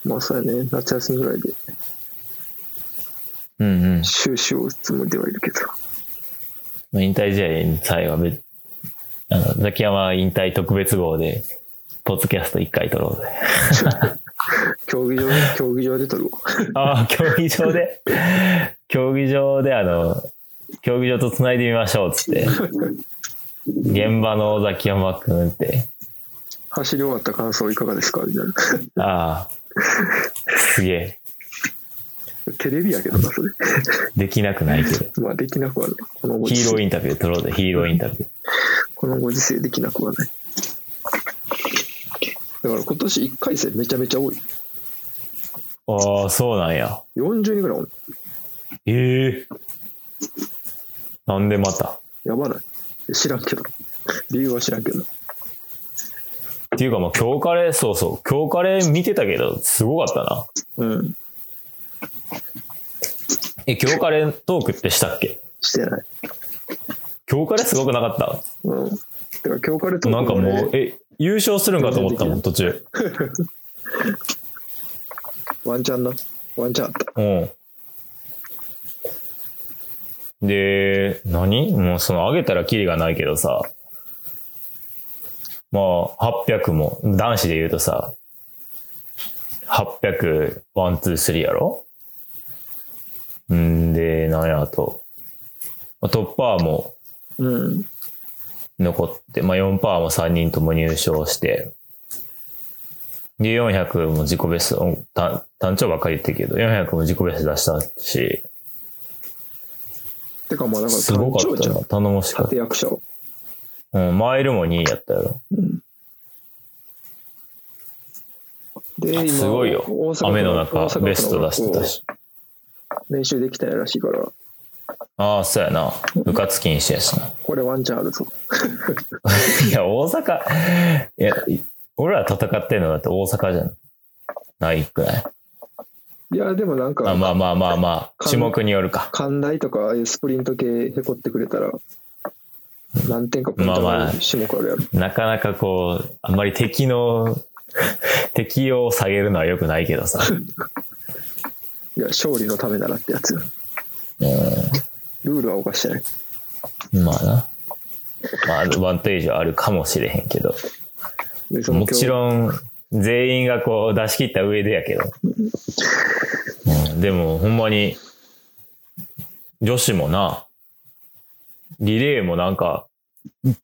Speaker 1: まあそうやね夏休みぐらいで
Speaker 2: うんうん。
Speaker 1: 終始を打つつもりではいるけど
Speaker 2: まあ引退試合の際は別、あの、ザキヤマ引退特別号で、ポッドキャスト1回撮ろうぜ。
Speaker 1: 競技場 ね競技場で取るわ
Speaker 2: ああ、競技場で、競技場であの、競技場と繋いでみましょうっつって、現場のザキヤマくんって、
Speaker 1: 走り終わった感想いかがですかみたいな
Speaker 2: ああ、すげえ、
Speaker 1: テレビやけどなそれ
Speaker 2: できなくないけど。
Speaker 1: まあできなくはないこのご
Speaker 2: ヒ
Speaker 1: 時
Speaker 2: ーロー
Speaker 1: 世
Speaker 2: インタビュー撮ろうぜ、ヒーローインタビュー。
Speaker 1: このご時世できなくはないだから今年1回戦めちゃめちゃ多い
Speaker 2: ああ、そうなんや。
Speaker 1: 40人ぐらい多い
Speaker 2: ええなんでまた。
Speaker 1: やばない知らんけど理由は知らんけど
Speaker 2: っていうか、まあ、今日カレー、そうそう、今日カレー見てたけど、すごかったな。
Speaker 1: うん
Speaker 2: え、今日カレートークってしたっけ
Speaker 1: してない
Speaker 2: 今日カレーすごくなかっ
Speaker 1: うん。てか、強化レ
Speaker 2: た
Speaker 1: ト
Speaker 2: なんかもう、
Speaker 1: ね
Speaker 2: え、優勝するんかと思ったもん、途中。
Speaker 1: ワンチャンな。ワンチャンあった。
Speaker 2: うん。で、何もうその上げたらキリがないけどさ、まあ、800も、男子で言うとさ、800、ワン、ツー、スリーやろんで、なんや、あと、まあトッパーも
Speaker 1: うん。
Speaker 2: 残って、まあ、4%も3人とも入賞して、で、400も自己ベスト、うん単単調ばっかり言ってるけど、400も自己ベスト出したし、
Speaker 1: てか、まあ、だから、
Speaker 2: すごかっ
Speaker 1: 単調
Speaker 2: た
Speaker 1: じゃん
Speaker 2: な。頼もしかっ
Speaker 1: 立役者は。
Speaker 2: た。うん、マイルも2位やったやろ。
Speaker 1: うん。で、今、
Speaker 2: すごいよ
Speaker 1: 大。阪
Speaker 2: 雨の中
Speaker 1: 大阪、
Speaker 2: ベスト出してたし。
Speaker 1: 練習できたらしいから、
Speaker 2: ああ、そうやな。部活禁止やし な。
Speaker 1: これワンチャンあるぞ。
Speaker 2: いや、大阪、いや、い俺ら戦ってんのだって大阪じゃないくらい。
Speaker 1: いや、でもなん
Speaker 2: あ
Speaker 1: か、
Speaker 2: まあまあまあまあ、種目によるか。
Speaker 1: 寛大とか、ああいうスプリント系へこってくれたら、何点かポイント
Speaker 2: まあま
Speaker 1: が
Speaker 2: あ
Speaker 1: ある種目あるやろ。
Speaker 2: なかなかこう、あんまり敵の、 敵を下げるのは良くないけどさ。
Speaker 1: いや、勝利のためならってやつよルールは犯してない。
Speaker 2: うん、まあな。まあ、アドバンテージはあるかもしれへんけど。
Speaker 1: でその
Speaker 2: もちろん、全員がこう出し切った上でやけど。うん、でも、ほんまに、女子もな、リレーもなんか、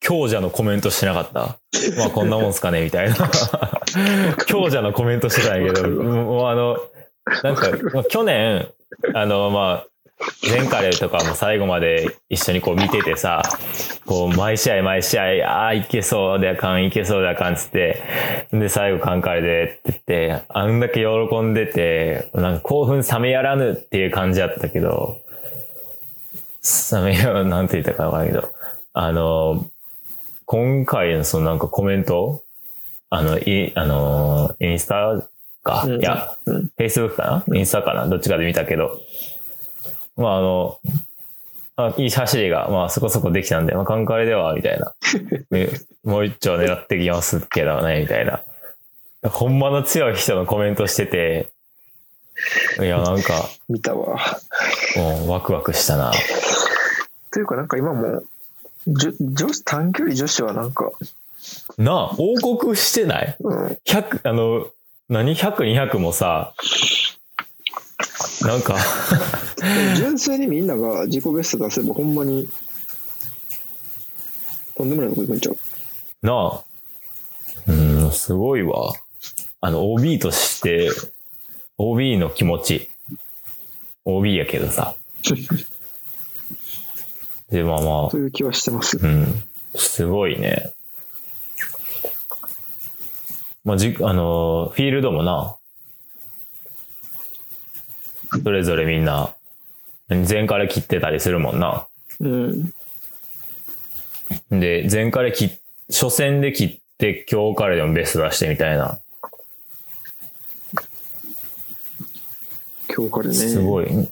Speaker 2: 強者のコメントしてなかった。まあこんなもんすかね、みたいな。強者のコメントしてたんやけ
Speaker 1: わ
Speaker 2: ど、
Speaker 1: かるわ
Speaker 2: うんもうあの、なんか、まあ去年、あの、まあ、前カレーとかも最後まで一緒にこう見ててさ、こう、毎試合毎試合、ああ、いけそうであかん、いけそうであかんっつって、で、最後カンカレでって言って、あんだけ喜んでて、なんか興奮冷めやらぬっていう感じだったけど、冷めやらぬ、なんて言ったかわからんけど、あの、今回のそのなんかコメント、あの、い、あの、インスタか。
Speaker 1: うん
Speaker 2: いや、
Speaker 1: うん。
Speaker 2: Facebook かなインスタかなどっちかで見たけど。まあ、あの、あいい走りが、まあ、そこそこできたんで、まあ、カンカレでは、みたい な。ねもう一丁狙ってきますけどね、みたいな。ほんまの強い人のコメントしてて、いや、なんか、
Speaker 1: 見たわ。
Speaker 2: もうワクワクしたな。
Speaker 1: というか、なんか今も、じょ女子、短距離女子はなんか、
Speaker 2: なあ、王国してない
Speaker 1: うん、
Speaker 2: 100、あの、何 ?100、200もさ、なんか、
Speaker 1: 純粋にみんなが自己ベスト出せば、ほんまに、とんでもないとこ行くん ちゃう
Speaker 2: なあ、うん、すごいわ。あの、OB として、OB の気持ち。OB やけどさ。で、まあまあ
Speaker 1: と、いう気はしてます。
Speaker 2: うん、すごいね。まあ、じ、あのー、フィールドもな、それぞれみんな、前から切ってたりするもんな。
Speaker 1: うん。
Speaker 2: で、前から切、初戦で切って、今日からでもベスト出してみたいな。
Speaker 1: 今日からね。
Speaker 2: す
Speaker 1: い。
Speaker 2: ごい。うん。い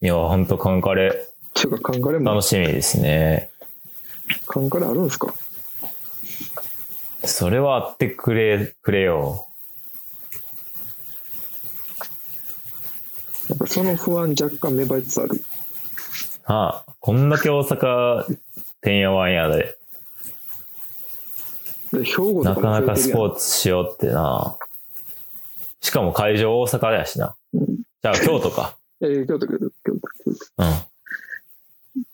Speaker 2: や、ほんと、カンカレ、
Speaker 1: ていうか、カンカレも
Speaker 2: 楽、しみですね。
Speaker 1: カンカレあるんですか
Speaker 2: それはあってくれ、くれよ。
Speaker 1: やっぱその不安若干芽生えつつある。
Speaker 2: ああ、こんだけ大阪、てんやわんやで。
Speaker 1: で、兵庫
Speaker 2: な
Speaker 1: と
Speaker 2: か
Speaker 1: か
Speaker 2: なかスポ
Speaker 1: ー
Speaker 2: ーツしようってな。しかも会場大阪やしな。じゃあ京都か。
Speaker 1: ツ。えー、京都、京都、京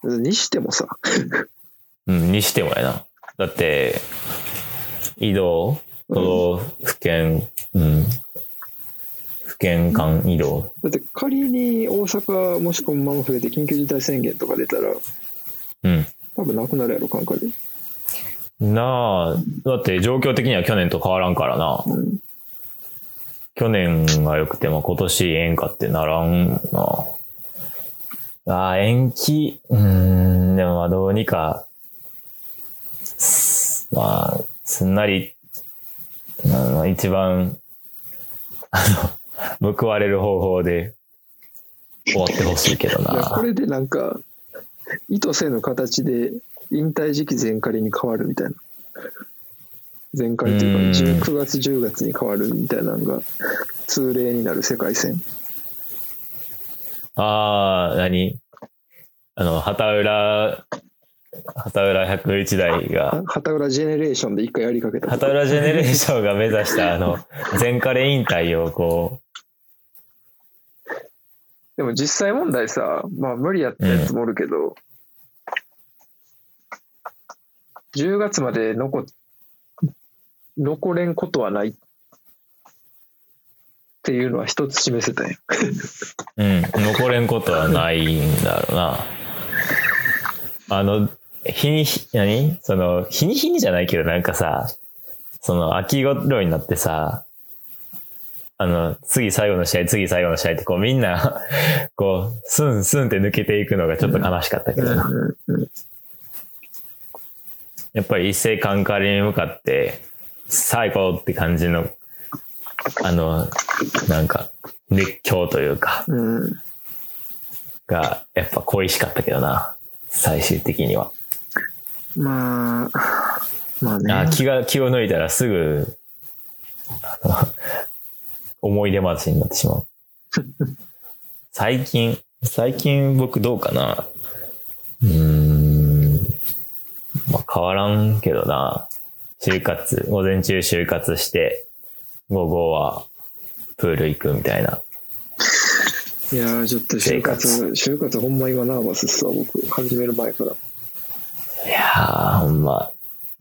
Speaker 1: 都。にしてもさ、
Speaker 2: うん。うん、にしてもやな。だって、移動、都道府県、うん。府県間移動。
Speaker 1: だって仮に大阪もしくはまま増えて緊急事態宣言とか出たら、
Speaker 2: うん。
Speaker 1: 多分なくなるやろ、カンカレ。
Speaker 2: なあ、だって状況的には去年と変わらんからな。
Speaker 1: うん。
Speaker 2: 去年が良くても今年ええんかってならんな。ああ、延期。うーん、でもまあどうにか、すまあ、すんなり、あの、一番、あの、報われる方法で終わってほしいけど
Speaker 1: いやこ
Speaker 2: な。
Speaker 1: れでなんか、意図せぬ形で引退時期全仮に変わるみたいな。全仮というか
Speaker 2: うん
Speaker 1: 10、9月、10月に変わるみたいなのが通例になる世界戦。
Speaker 2: ああ、何あの、畑浦、畑浦101台が、
Speaker 1: あ旗浦ジェネレーションで一回やりかけた。
Speaker 2: ハタウラジェネレーションが目指した、あの、全カレ引退をこ
Speaker 1: でも実際問題さ、まあ無理やったやつもおるけど、10月まで残っ、残れんことはないっていうのは一つ示せたんや。
Speaker 2: う、うん、残れんことはないんだろうな。あの、日に日、何その、日に日にじゃないけど、なんかさ、その、秋頃になってさ、あの、次最後の試合、次最後の試合って、こうみんな、こう、スンスンって抜けていくのがちょっと悲しかったけどな。やっぱり一斉カンカレに向かって、最高って感じの、あの、なんか、熱狂というか、
Speaker 1: うん。うん
Speaker 2: が、やっぱ恋しかったけどな。最終的には。
Speaker 1: まあ、まあね。
Speaker 2: あ気が、気を抜いたらすぐ、あの、 思い出話になってしまう。最近、最近僕どうかな。うーん。まあ変わらんけどな。就活、午前中就活して、午後はプール行くみたいな。
Speaker 1: いやーちょっと就活、就活ほんま今ナーバスっすわ、僕。始める前から。
Speaker 2: いやー、ほんま。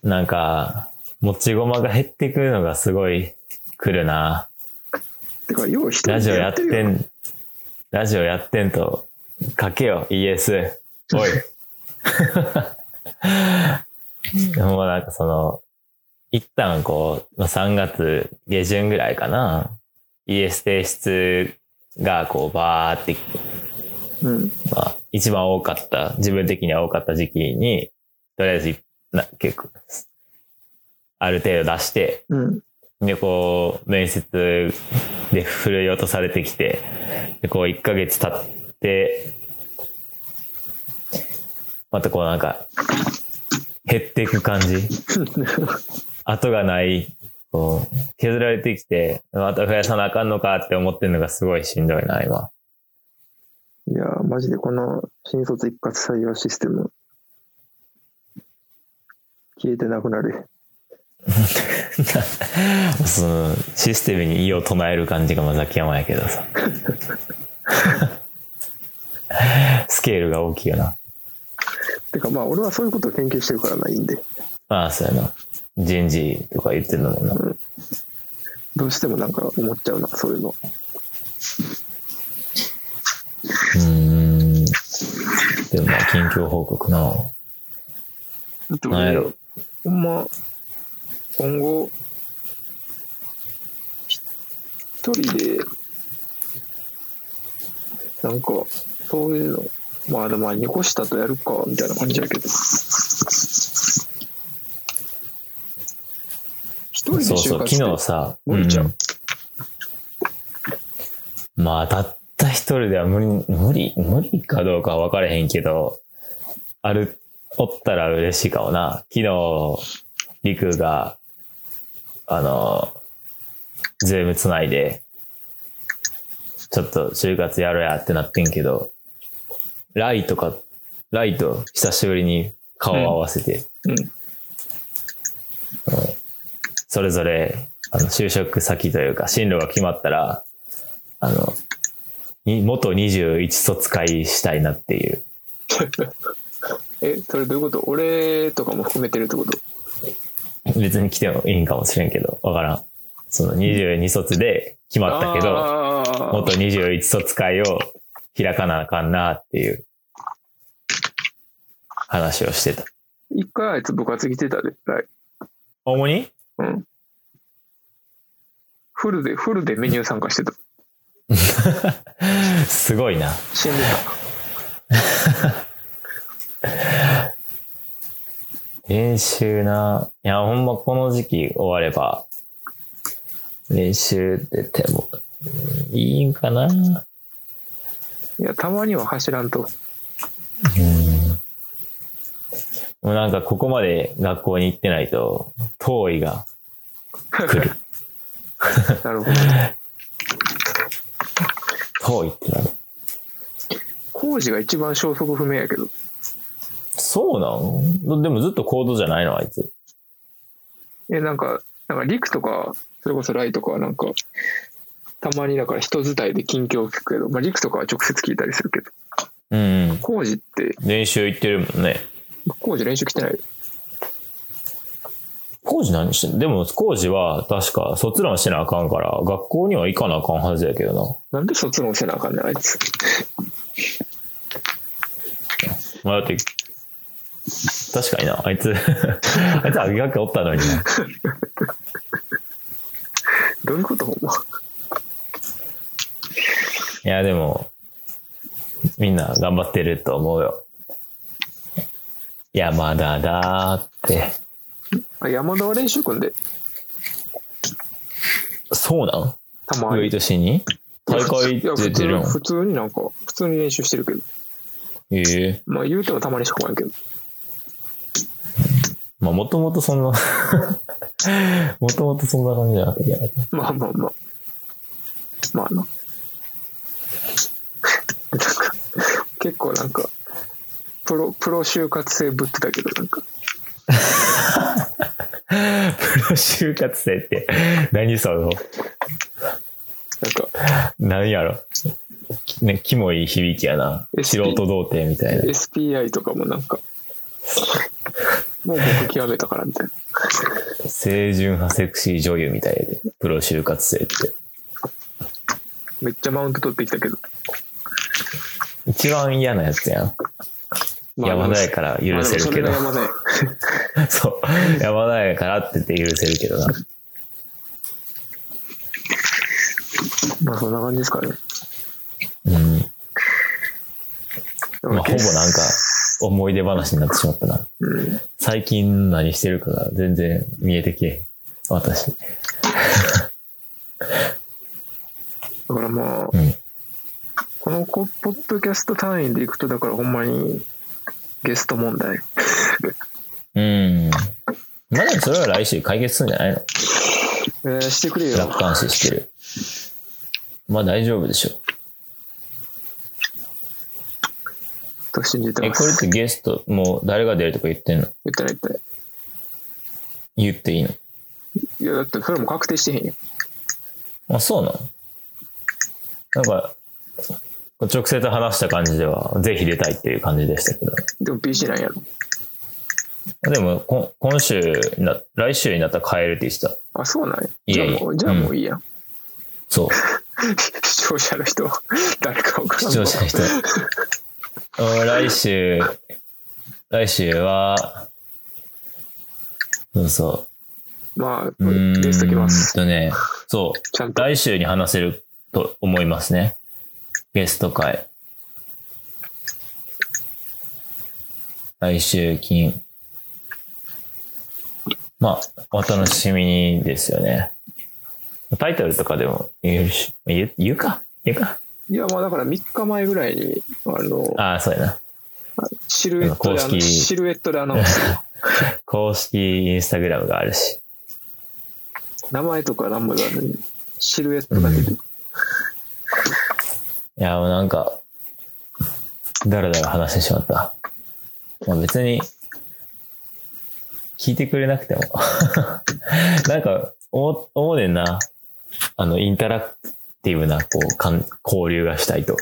Speaker 2: なんか、持ち駒が減ってくるのがすごい来るな。
Speaker 1: てか、よう一人
Speaker 2: ラジオやって
Speaker 1: るよ
Speaker 2: ん、ラジオやってんと、かけよ、ES。おい。 もうなんかその、一旦こう、まあ3月下旬ぐらいかな。ES 提出がこう、バーって、
Speaker 1: うん。
Speaker 2: まあ、一番多かった、自分的には多かった時期に、とりあえず、な結構、ある程度出して、
Speaker 1: うん。
Speaker 2: 2で、こう、面接で振るい落とされてきて、で、こう、1ヶ月経って、またこうなんか、減っていく感じ。後がない、こう、削られてきて、また増やさなあかんのかって思ってるのがすごいしんどいな、今。
Speaker 1: いやー、マジでこの新卒一括採用システム、消えてなくなる。
Speaker 2: その、システムに異を唱える感じがまあザキヤマやけどさ。スケールが大きいよな。
Speaker 1: てかまあ、俺はそういうことを研究してるからないんで、
Speaker 2: ああ、そうやな。人事とか言ってんのもんな。
Speaker 1: どうしてもなんか思っちゃうな、そういうの。
Speaker 2: うーん。でもまあ、近況報告な。
Speaker 1: だって
Speaker 2: なんや
Speaker 1: 俺
Speaker 2: ろ、
Speaker 1: ほんま、今後、ひ一人で、なんか、そういうの、まあでも、ニコシタとやるか、みたいな感じやけど。一人で
Speaker 2: そう
Speaker 1: 就
Speaker 2: そう、
Speaker 1: 活
Speaker 2: 昨日
Speaker 1: って
Speaker 2: さ、
Speaker 1: 無理ちゃう
Speaker 2: うんまあ、たった一人では無理、無理、無理かどうかは分からへんけど、ある、おったら嬉しいかもな。昨日、りくが、あの、ズームつないで、ちょっと就活やろやってなってんけど、ライとか、ライと久しぶりに顔を合わせて、
Speaker 1: うん。
Speaker 2: それぞれ、あの、就職先というか、進路が決まったら、あの、に元21卒会したいなっていう。
Speaker 1: え、それどういうこと俺とかも含めてるってこと
Speaker 2: 別に来てもいいんかもしれんけど、わからん。その22卒で決まったけど、
Speaker 1: ど
Speaker 2: 元21卒会を開かなあかんなっていう話をしてた。
Speaker 1: 一回あいつ部活来てたで、来
Speaker 2: 主に
Speaker 1: うん。フルで、フルでメニュー参加してた。
Speaker 2: すごいな。
Speaker 1: 死んで
Speaker 2: 練習な。いや、ほんまこの時期終われば、練習ってても、うんいいんかな。う
Speaker 1: た。いや、たまには走らんと。
Speaker 2: ん。もうなんかここまで学校に行ってないと、遠いが、
Speaker 1: なるほど。
Speaker 2: 遠いってなる。
Speaker 1: 工事が一番消息不明やけど。
Speaker 2: そうなんでもずっとコードじゃないのあいつ。
Speaker 1: え、なんか、なんか陸とか、それこそライとかはなんか、たまにだから人伝いで近況を聞くけど、まあ陸とかは直接聞いたりするけど、
Speaker 2: うん、うん。
Speaker 1: 工事って、
Speaker 2: 練習行ってるもんね。
Speaker 1: 工事練習来てないよ。
Speaker 2: 工事何してんでも工事は確か卒論しなあかんから、学校には行かなあかんはずやけどな。
Speaker 1: なんで卒論せなあかんねん、あいつ。
Speaker 2: まあ、だって、確かにな、あいつ、 あいつは秋学期おったのにな。
Speaker 1: どういうことほんま。
Speaker 2: いや、でも、みんな頑張ってると思うよ。山田だーって。
Speaker 1: あ山田は練習組んで、
Speaker 2: そうなん
Speaker 1: たま
Speaker 2: 上
Speaker 1: に。
Speaker 2: 井都市に大会
Speaker 1: いや
Speaker 2: 出
Speaker 1: 普
Speaker 2: て
Speaker 1: 通
Speaker 2: るん
Speaker 1: 普通になんか、普通に練習してるけど。
Speaker 2: ええ
Speaker 1: まあ言うてもたまにしか来ないけど。
Speaker 2: まあ、もともとそんな、もともとそんな感 じじゃなかったけど
Speaker 1: まあまあまあ。まあな。 なんか、結構なんか、プロ、プロ就活生ぶってたけど、なんか、
Speaker 2: プロ就活生って、何その、
Speaker 1: なんか、
Speaker 2: 何やろ。ね、キモい響きやな。
Speaker 1: SP
Speaker 2: 素人童貞みたいな。
Speaker 1: SPI とかもなんか、もう僕極めたからみたいな。
Speaker 2: 清純派セクシー女優みたいで、プロ就活生って。
Speaker 1: めっちゃマウント取ってきたけど。
Speaker 2: 一番嫌なやつやん。
Speaker 1: まあ
Speaker 2: 山田やから許せるけど
Speaker 1: まあでもそれが山田や
Speaker 2: そう。山田やからって言って許せるけどな。
Speaker 1: まあそんな感じですかね。
Speaker 2: うん。
Speaker 1: だ
Speaker 2: まあ、ほぼなんか
Speaker 1: か、
Speaker 2: 思い出話になってしまったな。
Speaker 1: ら決うん
Speaker 2: 最近何してるかが全然見えてけえ。私。
Speaker 1: だからまあ、
Speaker 2: うん
Speaker 1: このこポッドキャスト単位でいくと、だからほんまにゲスト問題。
Speaker 2: うん。まあでもそれは来週解決するんじゃないの
Speaker 1: えーしてくれよ。
Speaker 2: 楽観視してる。まあ大丈夫でしょ。
Speaker 1: と信じて
Speaker 2: え、
Speaker 1: ま
Speaker 2: これっ
Speaker 1: す。
Speaker 2: てゲスト、もう誰が出るとか言ってんの
Speaker 1: 言ったら言ったら。
Speaker 2: 言っていいの
Speaker 1: いや、だってそれも確定してへんよ。
Speaker 2: あ、そうなのなんか、直接話した感じでは、ぜひ出たいっていう感じでしたけど。
Speaker 1: でも PC なんやろ。
Speaker 2: でも、こ今週な、来週になったら変えるって言ってた。
Speaker 1: あ、そうなんや。
Speaker 2: い
Speaker 1: じゃあ
Speaker 2: やいや
Speaker 1: もう、じゃあもういいやん。
Speaker 2: そう。
Speaker 1: 視聴者の人、誰か分からん
Speaker 2: 視聴 者の人。うん来週、来週は、そうそ
Speaker 1: まあ、
Speaker 2: う。うーん
Speaker 1: ゲスト来ます。
Speaker 2: とね、そう。
Speaker 1: ちゃんと。
Speaker 2: 来週に話せると思いますね。ゲスト会。来週金。まあ、お楽しみにですよね。タイトルとかでも言うし、言う言うか言うか
Speaker 1: いや、まあだから3日前ぐらいに、あの、
Speaker 2: ああ、そうやな。
Speaker 1: シルエットであ
Speaker 2: 公
Speaker 1: の、
Speaker 2: 式
Speaker 1: シルエットで アナウンス。
Speaker 2: 公式インスタグラムがあるし。
Speaker 1: 名前とか何も言わずに、シルエットだけで。
Speaker 2: いや、もうなんか、だらだら話してしまった。まあ、別に、聞いてくれなくても。 なんか、お思うねんな。あの、インタラクティブな、こう、かん交流がしたいと。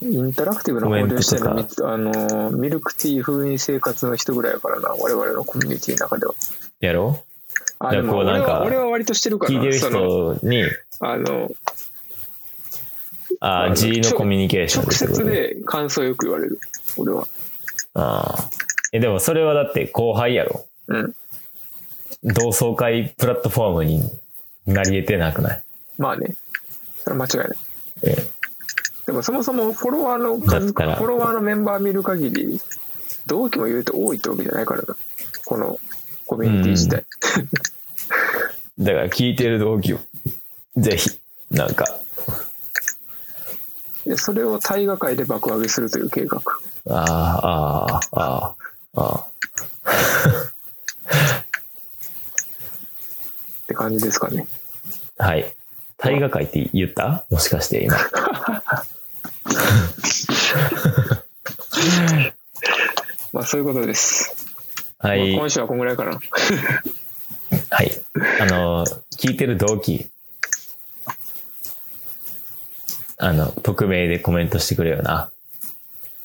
Speaker 1: インタラクティブな交流してるの見て、あの、ミルクティー風に生活の人ぐらいやからな、我々のコミュニティの中では。
Speaker 2: やろ
Speaker 1: あ、
Speaker 2: いや
Speaker 1: でも
Speaker 2: こうな
Speaker 1: 俺
Speaker 2: んか
Speaker 1: は、俺は割としてる
Speaker 2: う
Speaker 1: か
Speaker 2: 聞いて
Speaker 1: ら、
Speaker 2: る
Speaker 1: その、
Speaker 2: 人に、
Speaker 1: あの、
Speaker 2: あ
Speaker 1: あ
Speaker 2: ー
Speaker 1: の
Speaker 2: G のコミュニケーション
Speaker 1: 直
Speaker 2: ってこと
Speaker 1: 接で感想よく言われる。俺は。
Speaker 2: ああ。え、でもそれはだって後輩やろ。
Speaker 1: うん。
Speaker 2: 同窓会プラットフォームになり得てなくない
Speaker 1: まあね。それは間違いない。
Speaker 2: え
Speaker 1: でもそもそもフォロワーの数、
Speaker 2: だっ
Speaker 1: フ
Speaker 2: たら
Speaker 1: ォロワーのメンバー見る限り、同期も言うて多いってわけじゃないからな。このコミュニティ自体。
Speaker 2: だから聞いてる同期を、ぜひ、なんか、
Speaker 1: でそれを大河会で爆上げするという計画。
Speaker 2: ああ、ああ、あ
Speaker 1: って感じですかね。
Speaker 2: あ、はい。大河会って言ったもしかして今。
Speaker 1: まあそういうことです。
Speaker 2: はい。
Speaker 1: まあ
Speaker 2: はい
Speaker 1: 今。週はこんぐらいかな。
Speaker 2: あの、聞いてる同期、あの、匿名でコメントしてくれよな。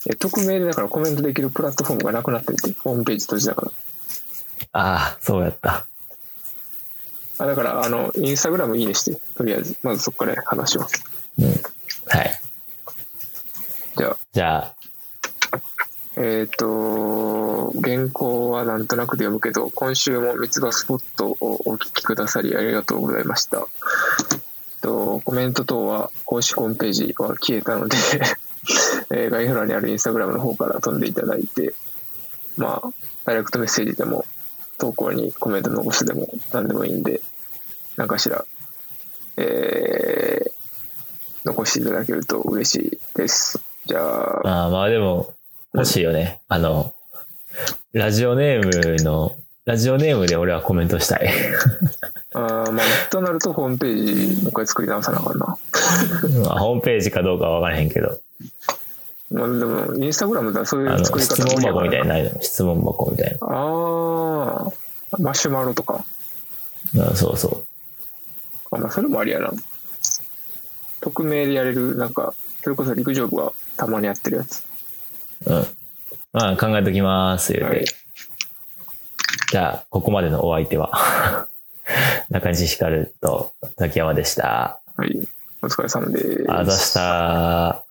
Speaker 1: え匿名でだからコメントできるプラットフォームがなくなってるって、ホームページ閉じだから。
Speaker 2: ああ、そうやった。
Speaker 1: あだから、あの、インスタグラムいいねして、とりあえず、まずそこから話します。
Speaker 2: うん。はい。
Speaker 1: じゃあ、
Speaker 2: じゃあ、
Speaker 1: えっ、と、原稿はなんとなくで読むけど、今週も三つ葉スポットをお聞きくださりありがとうございました。えっとコメント等は公式ホームページは消えたので、 えー概要欄にあるインスタグラムの方から飛んでいただいて、まあ、ダイレクトメッセージでも、投稿にコメント残すでも何でもいいんで、何かしら、えー残していただけると嬉しいです。じゃあ、
Speaker 2: まあまあでも、欲しいよね。あの、ラジオネームの、ラジオネームで俺はコメントしたい。
Speaker 1: あーまあ、となるとホームページもう一回作り直さなあかんな。
Speaker 2: まあホームページかどうかは分からへんけど、
Speaker 1: まあ、でも、インスタグラムだそうい
Speaker 2: あ
Speaker 1: う
Speaker 2: の、
Speaker 1: 作り
Speaker 2: 質
Speaker 1: 方
Speaker 2: 問箱みたい
Speaker 1: な。
Speaker 2: なのないの質問箱みたい
Speaker 1: ああ、マシュマロとか。
Speaker 2: な。あそうそ
Speaker 1: あまあ、それもありやな。匿名でやれる、なんか、それこそ陸上部がたまにやってるやつ。
Speaker 2: う。うん。まあ、考えときます、言うて。
Speaker 1: はい
Speaker 2: じゃあ、ここまでのお相手は、 中西ひかると崎山でした。
Speaker 1: はい。お疲れ様です。
Speaker 2: あざした。